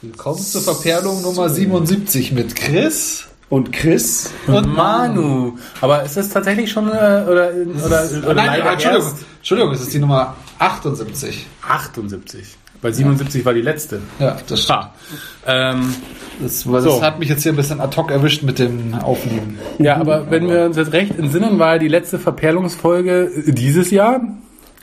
Willkommen zur Verperlung Nummer 77 mit Chris. Und Chris. Und Manu. Aber es ist tatsächlich schon, äh, oder, oder, oder Nein, leider Entschuldigung, erst Entschuldigung, es ist die Nummer 78. 78. Weil 77 war die letzte. Ja, das stimmt. Ah. Ähm, Das, weil das So. hat mich jetzt hier ein bisschen ad hoc erwischt mit dem Aufnehmen. ja, aber wenn wir uns jetzt recht entsinnen, war die letzte Verperlungsfolge dieses Jahr,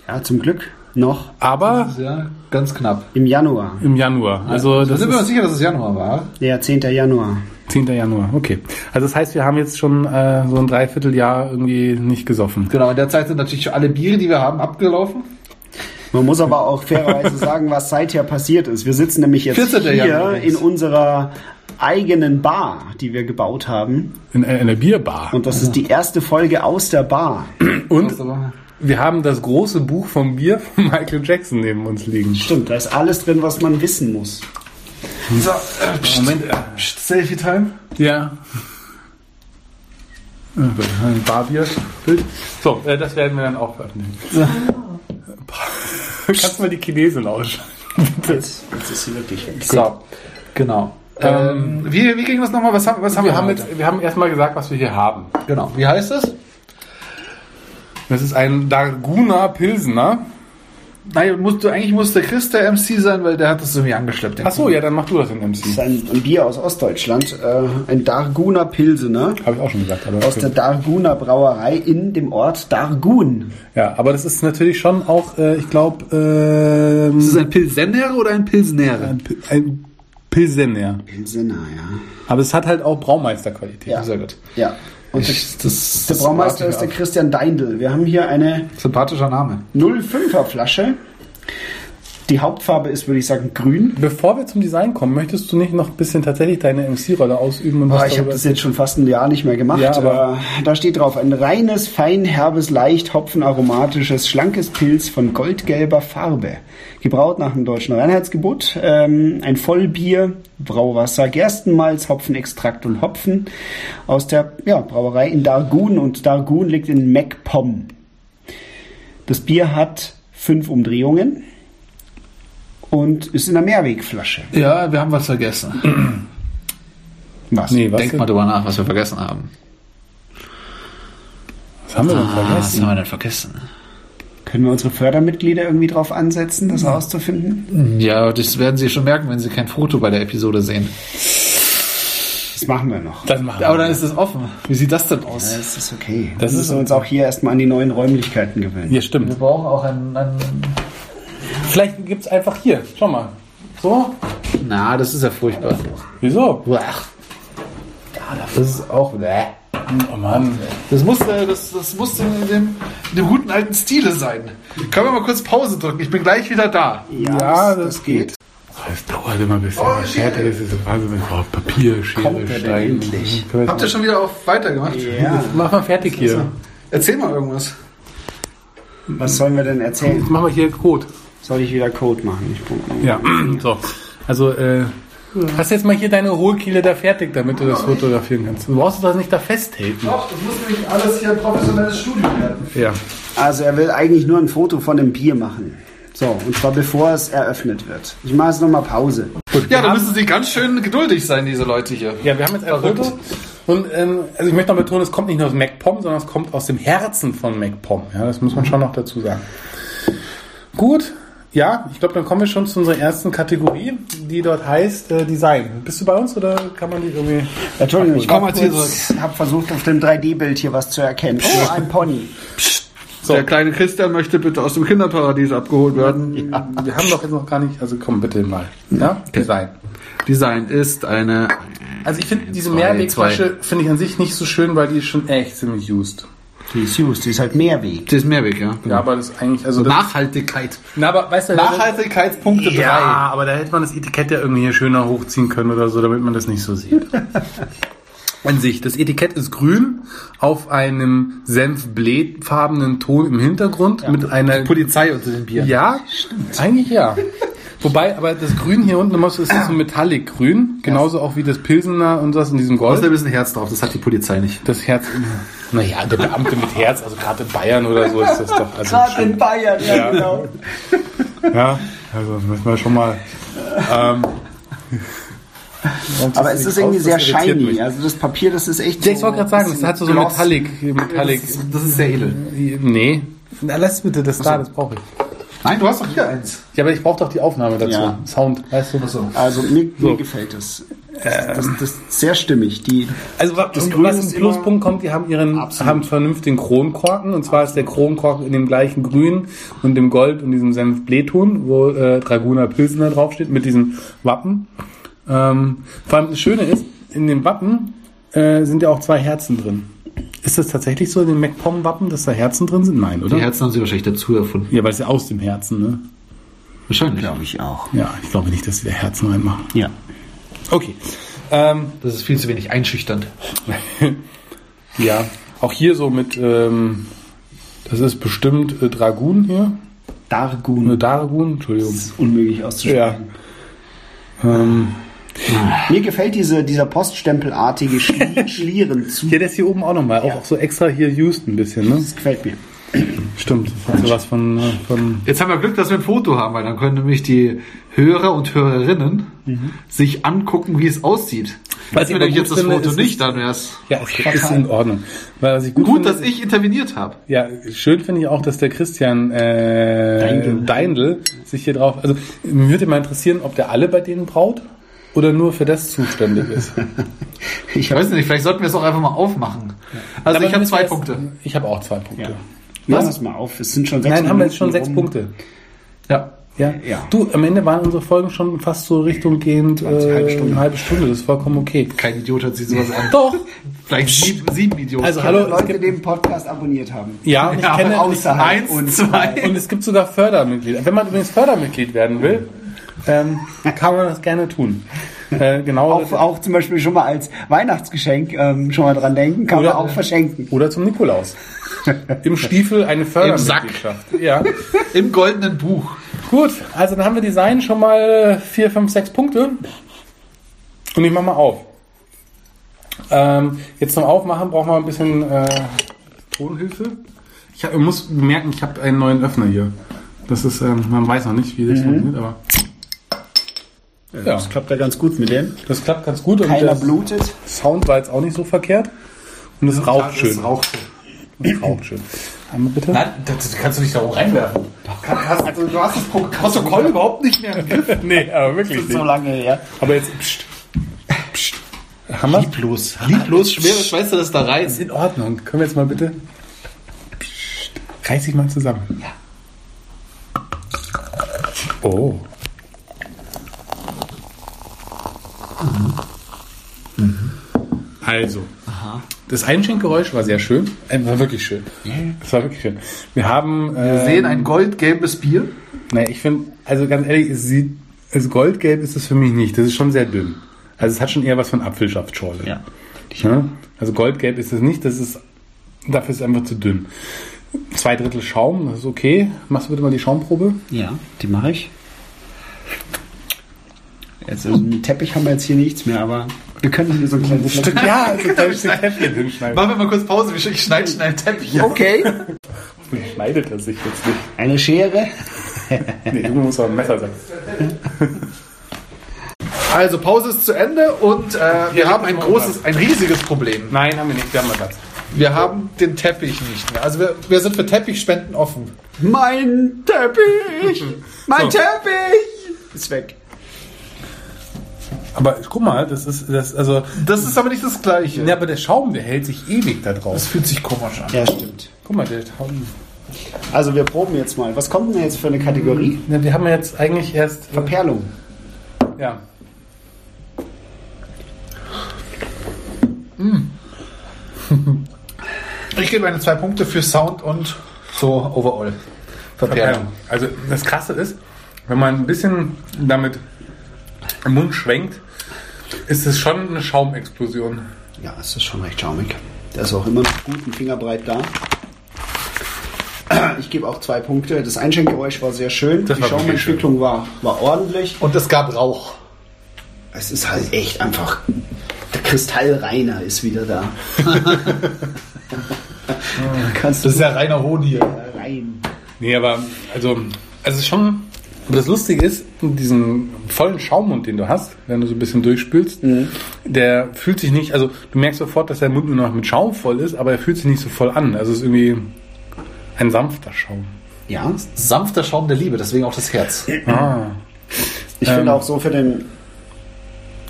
Ja, zum Glück noch aber Ja, ganz knapp. im Januar. im Januar. Also Da das sind wir uns ist sicher, dass es Januar war. Ja, 10. Januar. 10. Januar. Okay. Also das heißt, wir haben jetzt schon äh, so ein Dreivierteljahr irgendwie nicht gesoffen. Genau, in der Zeit sind natürlich schon alle Biere, die wir haben, abgelaufen. Man muss aber auch fairerweise sagen, was seither passiert ist. Wir sitzen nämlich jetzt 14. Januar hier in übrigens. unserer eigenen Bar, die wir gebaut haben. In, äh, in der Bierbar. Und das ist die erste Folge aus der Bar. Und wir haben das große Buch vom Bier von Michael Jackson neben uns liegen. Stimmt, da ist alles drin, was man wissen muss. So, äh, pst, Moment, äh, pst, Selfie Time. Ja. Ein Barbier-Bild. So, äh, das werden wir dann auch veröffentlichen. Kannst du mal die Chinesen ausschalten? Jetzt, jetzt ist sie wirklich weg. So, genau. Ähm, wie, wie ging das nochmal? Was haben, was haben Wir haben, heute? jetzt, wir haben erstmal gesagt, was wir hier haben. Genau. Wie heißt das? Das ist ein Darguna Pilsener. Nein, musst du, eigentlich muss der Chris der MC sein, weil der hat das irgendwie angeschleppt. den Ach so, ja, dann mach du das in Das ist MC. ein, ein Bier aus Ostdeutschland, äh, ein Darguner Pilsener Habe ich auch schon gesagt. Aber aus der Darguner Brauerei in dem Ort Dargun. ja, aber das ist natürlich schon auch, äh, ich glaube, ähm, Ist es ein Pilsener oder ein Pilsner? ein, Pil- ein Pilsener. Pilsener, ja. Aber es hat halt auch Braumeisterqualität. Also Sehr Ja. gut. Ja. Und der, Ich- das, der das Braumeister warte ist der ich ab. Christian Deindl. Wir haben hier eine Sympathischer Name. 05er Flasche. Die Hauptfarbe ist, würde ich sagen, grün. Bevor wir zum Design kommen, möchtest du nicht noch ein bisschen tatsächlich deine MC-Rolle ausüben und Oh, was ich habe darüber- das jetzt schon fast ein Jahr nicht mehr gemacht. Ja, aber- Äh, da steht drauf, ein reines, fein, herbes, leicht hopfenaromatisches, schlankes Pilz von goldgelber Farbe. Gebraut nach dem deutschen Reinheitsgebot. Ähm, ein Vollbier, Brauwasser, Gerstenmalz, Hopfenextrakt und Hopfen aus der ja, Brauerei in Dargun. Und Dargun liegt in MacPom. Das Bier hat fünf Umdrehungen und ist in einer Mehrwegflasche. Ja, wir haben was vergessen. Was? Nee, was, Denk mal drüber nach, was wir vergessen haben. was haben wir denn was vergessen? haben wir denn vergessen? Können wir unsere Fördermitglieder irgendwie drauf ansetzen, das herauszufinden? Ja, das werden Sie schon merken, wenn Sie kein Foto bei der Episode sehen. Das machen wir noch. Das machen Aber dann ist es offen. Wie sieht das denn aus? Das ist okay. Das Das ist müssen wir uns auch hier erstmal an die neuen Räumlichkeiten gewöhnen. Ja, stimmt. brauchen auch einen, einen. Vielleicht gibt's einfach hier. Schau mal. So? Na, das ist ja furchtbar. Wieso? Das ist auch. Das Oh Mann. muss, äh, das, das muss in, dem, in dem guten alten Stile sein. Können wir mal kurz Pause drücken? Ich bin gleich wieder da. Ja, das- das geht. Es dauert immer ein bisschen. Oh, Der Schärfe Schere. ist es ist wahnsinnig. Oh, Papier, Schere, Kommt er denn Stein. endlich? Können wir Habt ihr jetzt schon wieder auf weitergemacht? Ja, mal- Mach mal fertig hier. Erzähl mal irgendwas. was sollen wir denn erzählen? Mach mal hier Code. Soll ich wieder Code machen? Ich guck mal. Ja, so. Also, äh, hast jetzt mal hier deine Hohlkehle da fertig, damit du das fotografieren kannst. Du brauchst das nicht da festhalten. Doch, das muss nämlich alles hier ein professionelles Studio werden. Ja. Also er will eigentlich nur ein Foto von dem Bier machen. So, und zwar bevor es eröffnet wird. Ich mache jetzt nochmal Pause. Ja, da müssen sie ganz schön geduldig sein, diese Leute hier. Ja, wir haben jetzt ein Verrückt. Foto. Und ähm, also ich möchte noch betonen, es kommt nicht nur aus MacPom, sondern es kommt aus dem Herzen von MacPom. Ja, das muss man schon noch dazu sagen. Gut, ja, ich glaube, dann kommen wir schon zu unserer ersten Kategorie, die dort heißt äh, Design. Bist du bei uns oder kann man die irgendwie? Entschuldigung, ich Komm habe mal hier hab versucht, auf dem 3D-Bild hier was zu erkennen. Oh, ein Pony. Der kleine Christian möchte bitte aus dem Kinderparadies abgeholt werden. Wir haben doch jetzt noch gar nicht. Also komm bitte mal. Ja, Design. Design ist eine. Also ich finde diese Zwei, Mehrwegflasche finde ich an sich nicht so schön, weil die ist schon echt ziemlich used. Die ist used, die ist halt Mehrweg. Das ist Mehrweg, ja. Ja, aber das ist eigentlich also das, Nachhaltigkeit. na, aber weißt du, Nachhaltigkeitspunkte Ja, aber da hätte man das Etikett ja irgendwie hier schöner hochziehen können oder so, damit man das nicht so sieht. An sich, das Etikett ist grün auf einem senfblätfarbenen Ton im Hintergrund mit einer 3. Polizei unter den Bier. Ja, stimmt. Eigentlich ja. Wobei, aber das Grün hier unten immer so ist so Metallic-Grün, genauso auch wie das Pilsener und das in diesem Gold. Außerdem ist ein Herz drauf, das hat die Polizei nicht. das Herz. Naja, der Beamte mit Herz, also gerade in Bayern oder so ist das doch. Also Gerade in Bayern, ja, genau. Ja, also müssen wir schon mal. Ähm, Sonst Aber es nicht ist irgendwie raus, sehr das irritiert shiny. mich. Also das Papier, das ist echt. Ja, ich wollte gerade sagen, das bisschen hat so, so gloss. Metallic. Metallic. Das ist, das ist sehr edel. Nee. Na, lass bitte das da, das brauche ich. Nein, du hast doch hier eins. Ja, aber ich brauche doch die Aufnahme dazu. Ja. Sound, weißt du? Achso. Also mir, So. mir gefällt es. Das, das, das ist sehr stimmig. Die, Also wa- Grün was ist ein Pluspunkt kommt, die haben ihren Absolut. haben vernünftigen Kronkorken und zwar ist der Kronkorken in dem gleichen Grün und dem Gold und diesem Senf Blähton, wo äh, Draguner Pilsener draufsteht mit diesem Wappen. Ähm, vor allem das Schöne ist, in dem Wappen äh, sind ja auch zwei Herzen drin. Ist das tatsächlich so in dem MacPom-Wappen, dass da Herzen drin sind? Nein, oder? Die Herzen haben sie wahrscheinlich dazu erfunden. ja, weil es ja aus dem Herzen, ne? Wahrscheinlich. glaube ich auch. Ja, ich glaube nicht, dass sie da Herzen reinmachen. Ja. Okay. Ähm, Das ist viel zu wenig einschüchternd. ja, auch hier so mit, ähm, das ist bestimmt äh, Dragoon hier. Dargun. Eine Dargun, Entschuldigung. Das ist unmöglich auszusprechen. Ähm, Mir gefällt diese, dieser posttempelartige Schli Schlieren zu. ja, das hier oben auch nochmal. Auch, auch so extra hier used ein bisschen, ne? Das gefällt mir. Stimmt. Das hat sowas von, äh, von. Jetzt haben wir Glück, dass wir ein Foto haben, weil dann können nämlich die Hörer und Hörerinnen sich angucken, wie es aussieht. Mhm. Was Was ich wir aber nämlich gut jetzt das finde, Foto ist- nicht, dann wäre es Ja, okay. ist in Ordnung. Weil was ich gut, gut, finde, dass ich interveniert habe. Ja, schön finde ich auch, dass der Christian äh, Deindl. Deindl sich hier drauf. Also, mir würde mal interessieren, ob der alle bei denen braut oder nur für das zuständig ist. Ich Ich hab, weiß nicht, vielleicht sollten wir es auch einfach mal aufmachen. Also Aber ich habe müssen zwei wir erst- Punkte. Ich habe auch zwei Punkte. ja. Lass es mal auf. Es sind schon sechs Nein, haben wir jetzt schon sechs Minuten rum. Punkte. Ja. Ja. Ja. Du, am Ende waren unsere Folgen schon fast so Richtung gehend äh, eine halbe Stunde. eine halbe Stunde. Das ist vollkommen okay. Kein Idiot hört sich sowas an. Doch. Vielleicht sieben, sieben Idioten. Also Hallo, hallo, es Leute, gibt, den Podcast abonniert haben. ja, und ich Ja, kenne aber Außerhalb eins, und zwei. und es gibt sogar Fördermitglieder. Wenn man übrigens Fördermitglied werden will, ähm, kann man das gerne tun. Äh, genau. Auch, auch zum Beispiel schon mal als Weihnachtsgeschenk ähm, schon mal dran denken, kann Oder- man auch verschenken. Oder zum Nikolaus. Im Stiefel eine Fördermitgliedschaft. Ja. Im goldenen Buch. Gut, also dann haben wir Design schon mal 4, 5, 6 Punkte. Und ich mach mal auf. Ähm, jetzt zum Aufmachen brauchen wir ein bisschen äh, Tonhilfe. Ich, hab, ich muss bemerken, ich habe einen neuen Öffner hier. Das ist, ähm, man weiß noch nicht, wie das funktioniert, aber ja, klappt ja ganz gut mit dem. das klappt ganz gut. Und der Keiner blutet. Sound war jetzt auch nicht so verkehrt. Und es raucht schön. Raucht. Es raucht schön. Einmal bitte. Nein, das, das kannst du nicht da oben reinwerfen. Hast, also, du hast das Pro- Protokoll überhaupt nicht mehr im Griff. nee, aber wirklich So nicht. lange her. Aber jetzt, pst, pst. Haben wir's? Lieblos. Lieblos, schweres weißt du das da Ist rein. in Ordnung. Können wir jetzt mal bitte. Psst. Reiß dich mal zusammen. Ja. Oh. Also, das Einschenkgeräusch war sehr schön. Äh, War wirklich schön. Es war wirklich schön. Wir haben. Wir ähm, sehen ein goldgelbes Bier. Nee, ich finde, also ganz ehrlich, es sieht, also goldgelb ist es für mich nicht. Das ist schon sehr dünn. Also es hat schon eher was von Apfelsaftschorle. Ja. Ne? Also goldgelb ist es nicht, das ist, dafür ist es einfach zu dünn. Zwei Drittel Schaum, das ist okay. Machst du bitte mal die Schaumprobe? Ja, die mache ich. Jetzt, also, einen Teppich haben wir jetzt hier nichts mehr, aber wir können hier so ein kleines Stück. Ja, also da ist ein Käffchen hinschneiden. Machen wir mal kurz Pause. Ich schneide schnell einen Teppich. ab. Okay. Schneidet er sich jetzt nicht. Eine Schere. Nee, irgendwo muss auch ein Messer sein. Also Pause ist zu Ende und äh, wir haben ein großes, ein riesiges Problem. Nein, haben wir nicht, wir haben mal Platz. Wir haben den Teppich nicht mehr. Also wir, wir sind für Teppichspenden offen. Mein Teppich! Mein So. Teppich! Ist weg. Aber guck mal, das ist, das, also, Das ist aber nicht das Gleiche. ja, aber der Schaum, der hält sich ewig da Das drauf. fühlt sich komisch an. Ja, stimmt. Guck mal, der Schaum. Also wir proben jetzt mal. Was kommt denn jetzt für eine Kategorie? Na, wir haben ja jetzt eigentlich erst. äh, Verperlung. Ja. Ich gebe eine zwei Punkte für Sound und so overall. Verperlung. Also das Krasse ist, wenn man ein bisschen damit im Mund schwenkt, ist es schon eine Schaumexplosion. Ja, es ist schon recht schaumig. Der ist auch immer noch guten Fingerbreit da. Ich gebe auch zwei Punkte. Das Einschenkgeräusch war sehr schön. Das Die war wirklich Schaumentwicklung war, war ordentlich. Und es gab Rauch. Es ist halt echt einfach. Der Kristallreiner ist wieder da. da kannst du Das ist ja reiner Honig. rein. Nee, aber also, also es ist schon Und das Lustige ist, diesen vollen Schaummund, den du hast, wenn du so ein bisschen durchspülst, Mhm. der fühlt sich nicht, also du merkst sofort, dass der Mund nur noch mit Schaum voll ist, aber er fühlt sich nicht so voll an. Also es ist irgendwie ein sanfter Schaum. Ja, Sanfter Schaum der Liebe, deswegen auch das Herz. Ah. ich Ähm. finde auch so für den.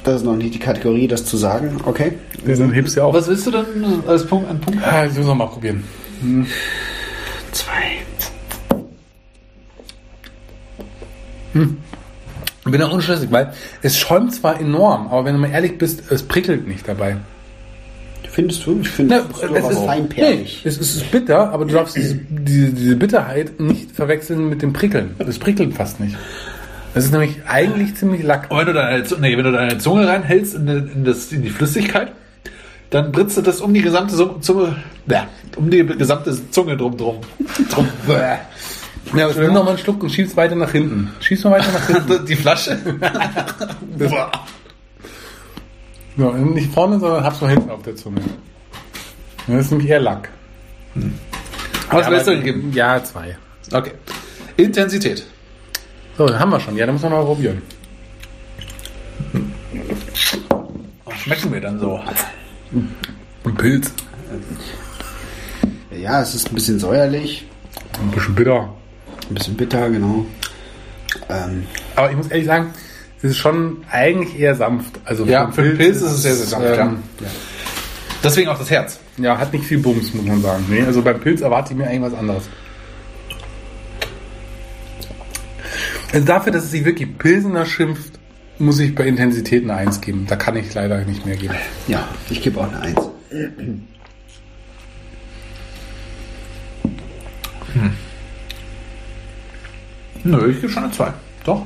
Das ist noch nicht die Kategorie, das zu sagen. Okay. Der sind Hips ja auch. Mhm. Was willst du denn als Punkt, an Punkt? Ah, das müssen wir mal probieren. Zwei. Ich bin da unschlüssig, weil es schäumt zwar enorm, aber wenn du mal ehrlich bist, es prickelt nicht dabei. Findest du? Ich finde Ne, es es, ist, sowas nee, feinperlig. es ist bitter, aber du darfst diese, diese, diese Bitterheit nicht verwechseln mit dem Prickeln. Das prickelt fast nicht. Es ist nämlich eigentlich ziemlich lack. Und wenn du deine, Zu- nee, wenn du deine Zunge reinhältst in, den- in, das, in die Flüssigkeit, dann britzt du das um die gesamte Zunge, Zunge bäh, um die gesamte Zunge drum drum. drum bäh. Ja, aber nimm noch mal einen Schluck und schieb's weiter nach hinten. Schieb's mal weiter nach hinten. die Flasche. Boah. Ja, nicht vorne, sondern hab's mal hinten auf der Zunge. Ja, Das ist nämlich eher Lack. Was Ja, willst aber- du gegeben? Ja, zwei. Okay. Intensität. So, dann haben wir schon. Ja, dann müssen wir noch probieren. Was Oh, schmecken wir dann so? Ein Pilz. Ja, es ist ein bisschen säuerlich, Ein bisschen bitter. ein bisschen bitter, genau. Ähm, Aber ich muss ehrlich sagen, es ist schon eigentlich eher sanft. Also Ja, für einen Pilz ist es sehr, sehr sanft, Deswegen auch das Herz. ja. ja, hat nicht viel Bums, muss man sagen. Nee, also beim Pilz erwarte ich mir eigentlich was anderes. Also dafür, dass es sich wirklich Pilsener schimpft, muss ich bei Intensität eine Eins geben. Da kann ich leider nicht mehr geben. ja, ich gebe auch eine Eins. Nö, ich gebe schon eine 2. Doch.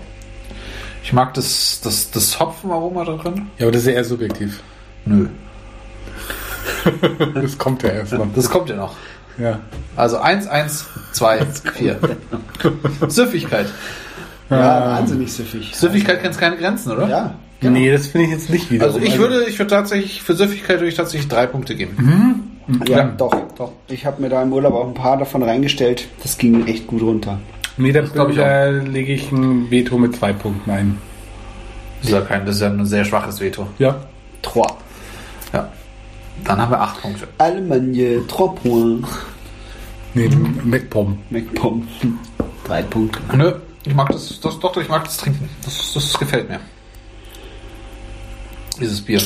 Ich mag das, das, das Hopfenaroma da drin. Ja, aber das ist ja eher subjektiv. Nö. Das kommt ja erst mal. Das kommt ja noch. Ja. Also 1, 1, 2, 4. Süffigkeit. Ja, wahnsinnig süffig. Süffigkeit kennt keine Grenzen, oder? Ja, Nee, das finde ich jetzt nicht wieder. Genau. Also ich würde, ich würde tatsächlich, für Süffigkeit würde ich tatsächlich drei Punkte geben. ja, doch. doch. Ich habe mir da im Urlaub auch ein paar davon reingestellt. Das ging echt gut runter. Also, Nee, da, glaub ich da lege ich ein Veto mit zwei Punkten ein. Das ist ja kein, das ist ja ein sehr schwaches Veto. Ja. Trois. Ja. Dann haben wir acht Punkte. Allemagne, trois points. Nee, Mhm. MacPom. MacPom. Drei Punkte. Nö, ich mag das, das doch, ich mag das Trinken. Das, das gefällt mir. Dieses Bier.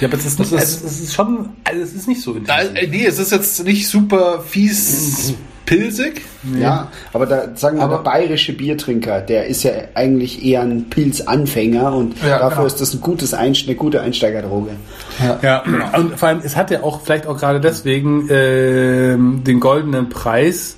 Ja, aber es ist, Das nicht- ist- also es ist schon, also es ist nicht so Da, intensiv. äh, nee, es ist jetzt nicht super fies pilzig. Ja, aber da sagen wir, Aber- der bayerische Biertrinker, der ist ja eigentlich eher ein Pilzanfänger und Ja, dafür genau. ist das ein gutes Einst eine gute Einsteigerdroge. Ja, und vor allem, es hat ja auch vielleicht auch gerade deswegen ähm, den goldenen Preis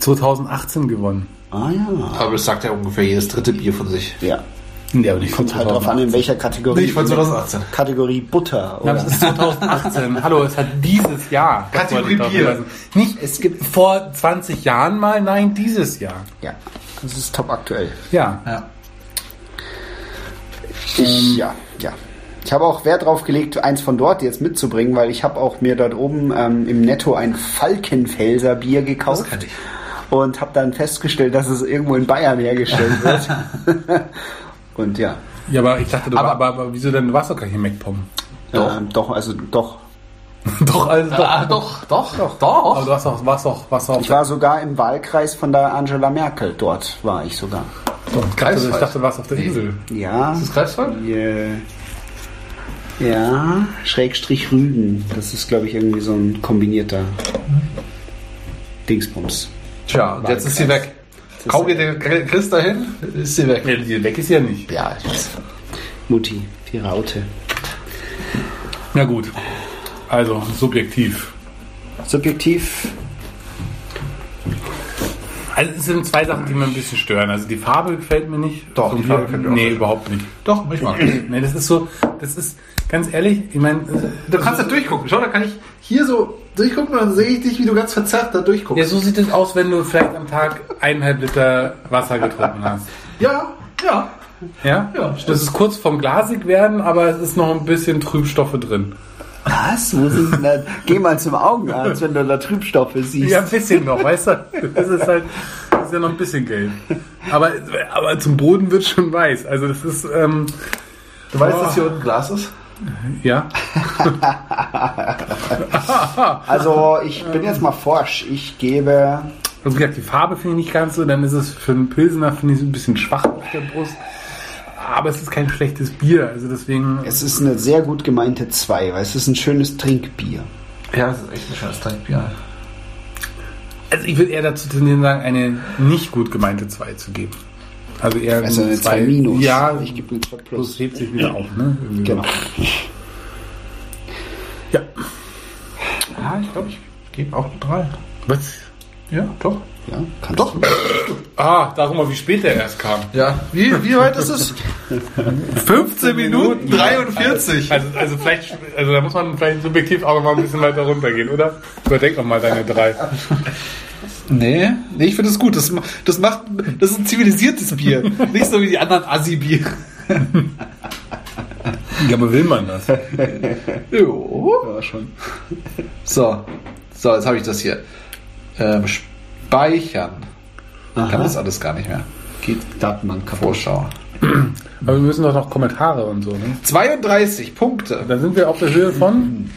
2018 gewonnen. Ah ja. Aber das sagt ja ungefähr jedes dritte Bier von sich. Ja. Ja, aber nicht Kommt halt drauf an, in welcher Kategorie. Nee, ich wollte 2018. Kategorie Butter, Ja, aber es oder? ist 2018. Hallo, es hat dieses Jahr. Das wollte ich darauf Kategorie Bier. hinweisen. Nicht, es gibt vor 20 Jahren mal, nein, dieses Jahr. Ja. Das ist top aktuell. Ja. Ja. Ich, Ähm, ja, ja. Ich habe auch Wert drauf gelegt, eins von dort jetzt mitzubringen, weil ich habe auch mir dort oben ähm, im Netto ein Falkenfelser Bier gekauft. Das kannte ich. Und habe dann festgestellt, dass es irgendwo in Bayern hergestellt wird. und ja, Ja, aber ich dachte, du Aber- aber, aber, aber wieso denn, du warst doch gar nicht in MacPom. doch, ähm, doch also doch. doch, also doch. Ah, doch, doch, doch, Aber du warst doch, warst doch, warst doch. Ich war sogar im Wahlkreis von der Angela Merkel. Dort war ich sogar. ich dachte, ich dachte, du warst auf der Insel. Ja. Ist das Greifswald? Yeah. Ja, Schrägstrich Rügen. Das ist, glaube ich, irgendwie so ein kombinierter Mhm. Dingsbums. Tja, und jetzt ist sie weg. Kaum geht der Chris dahin, ist sie weg. Nee, die weg ist ja nicht. Ja, Mutti, die Raute. Na gut. Also, subjektiv. Subjektiv. Also es sind zwei Sachen, die mir ein bisschen stören. Also die Farbe gefällt mir nicht. Doch, Und die Farbe gefällt mir auch Nee, nicht. überhaupt nicht. Doch, ich mag das. Nee, das ist so, das ist, ganz ehrlich, ich meine, äh, Du kannst da durchgucken. Schau, da kann ich hier so durchgucken und dann sehe ich dich, wie du ganz verzerrt da ja, durchguckst. so sieht es aus, wenn du vielleicht am Tag eineinhalb Liter Wasser getrunken hast. Ja, ja. Ja? Ja, stimmt. Das ist kurz vom glasig werden, aber es ist noch ein bisschen Trübstoffe drin. Was? Wo sind denn da? Geh mal zum Augenarzt, wenn du da Trübstoffe siehst. Ja, ein bisschen noch, weißt du? Das ist halt, ist ja noch ein bisschen gelb. Aber, aber zum Boden wird schon weiß. Also das ist, ähm, Du weißt, dass hier unten Glas ist? ja. Also ich bin jetzt mal forsch. Ich gebe Also wie gesagt, die Farbe finde ich nicht ganz so, dann ist es für einen Pilsener, finde ich, so ein bisschen schwach auf der Brust. Aber es ist kein schlechtes Bier, also deswegen. Es ist eine sehr gut gemeinte 2, weil es ist ein schönes Trinkbier. Ja, das ist echt ein schönes Trinkbier. Also ich würde eher dazu tendieren, sagen, eine nicht gut gemeinte 2 zu geben. Also eher Also eine 2 zwei- minus. Ja, ich gebe eine 2 plus. plus hebt sich wieder auf, ne? Irgendwie Genau. so. Ja. Ah, Ja, ich glaube, ich gebe auch eine 3. Was? Ja, doch. Ja, kannst Doch. Du. Ah, darum mal, wie spät der erst kam. Ja, wie, wie weit ist es? 15 Minuten 43. Also, also vielleicht, also da muss man vielleicht subjektiv auch noch mal ein bisschen weiter runtergehen, oder? Überdenk noch mal deine drei. Nee, nee ich finde es gut. Das, ma- das macht, das ist ein zivilisiertes Bier. Nicht so wie die anderen Assi-Bier. Ja, aber will man das? Jo. Ja, schon. So. So, jetzt habe ich das hier. Ähm, speichern. Kann das alles gar nicht mehr. Geht Datenbank kaputt. Vorschau. Aber wir müssen doch noch Kommentare und so, ne? 32 Punkte. Da sind wir auf der Höhe von.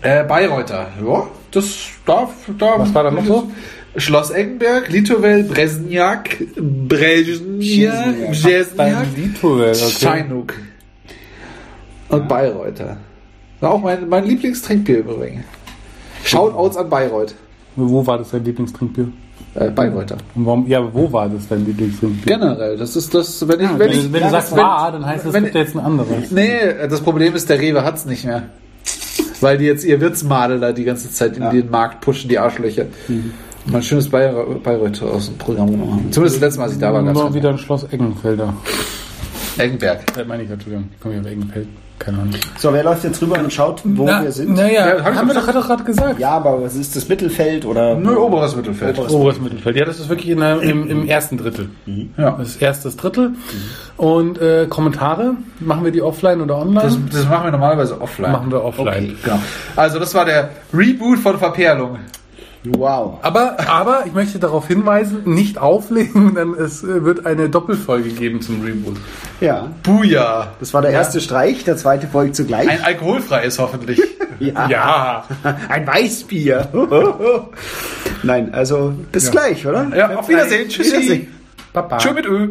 Äh, Bayreuther. Ja, das darf. Da Was war da noch so? Schloss Eggenberg, Litovel, Bresniak, Brezniak, Jesniak, Litovel, Steinuk und Bayreuther. War auch mein, mein Lieblingstrinkbier übrigens. Shoutouts an Bayreuth. Wo war das dein Lieblingstrinkbier? Äh, Bayreuther. Und warum, ja, wo war das dein Lieblingstrinkbier? Generell, das ist das, wenn ich. Wenn Wenn, ich du- wenn du sagst wenn- war, dann heißt das, es wenn- gibt jetzt ein anderes. Nee, das Problem ist, der Rewe hat's nicht mehr. Weil die jetzt ihr Wirtsmadel da die ganze Zeit in den Markt pushen, die Arschlöcher. Mhm. Und Mal ein schönes Bayer- Bayreuth aus dem Programm genommen haben. Zumindest das letzte Mal, als ich da war, Dann gab's war keinen. wieder ein Schloss Eggenfelder. Eggenberg. Äh, meine ich, Entschuldigung. Ich komme hier auf Eggenfeld. Keine Ahnung. So, wer läuft jetzt rüber und schaut, wo wir sind? Naja, Ja, hab haben, ich wir doch, hat doch gerade gesagt. Ja, aber was ist das Mittelfeld oder? Nö, oberes Mittelfeld. Oberes Mittelfeld. Ja, das ist wirklich in der, im, im ersten Drittel. Ja. Das erste Drittel. Und äh, Kommentare, machen wir die offline oder online? Das, das machen wir normalerweise offline. Machen wir offline. Okay, genau. Also das war der Reboot von Verperlung. Wow. Aber, aber ich möchte darauf hinweisen, nicht auflegen, denn es äh, wird eine Doppelfolge geben zum Reboot. Ja, Buja. das war der erste Streich, der zweite folgt zugleich. Ein alkoholfreies hoffentlich. ja. Ja, Ein Weißbier. Nein, also bis gleich, oder? ja, auf Wiedersehen. Tschüssi. Wiedersehen. Papa. Tschö mit Ö.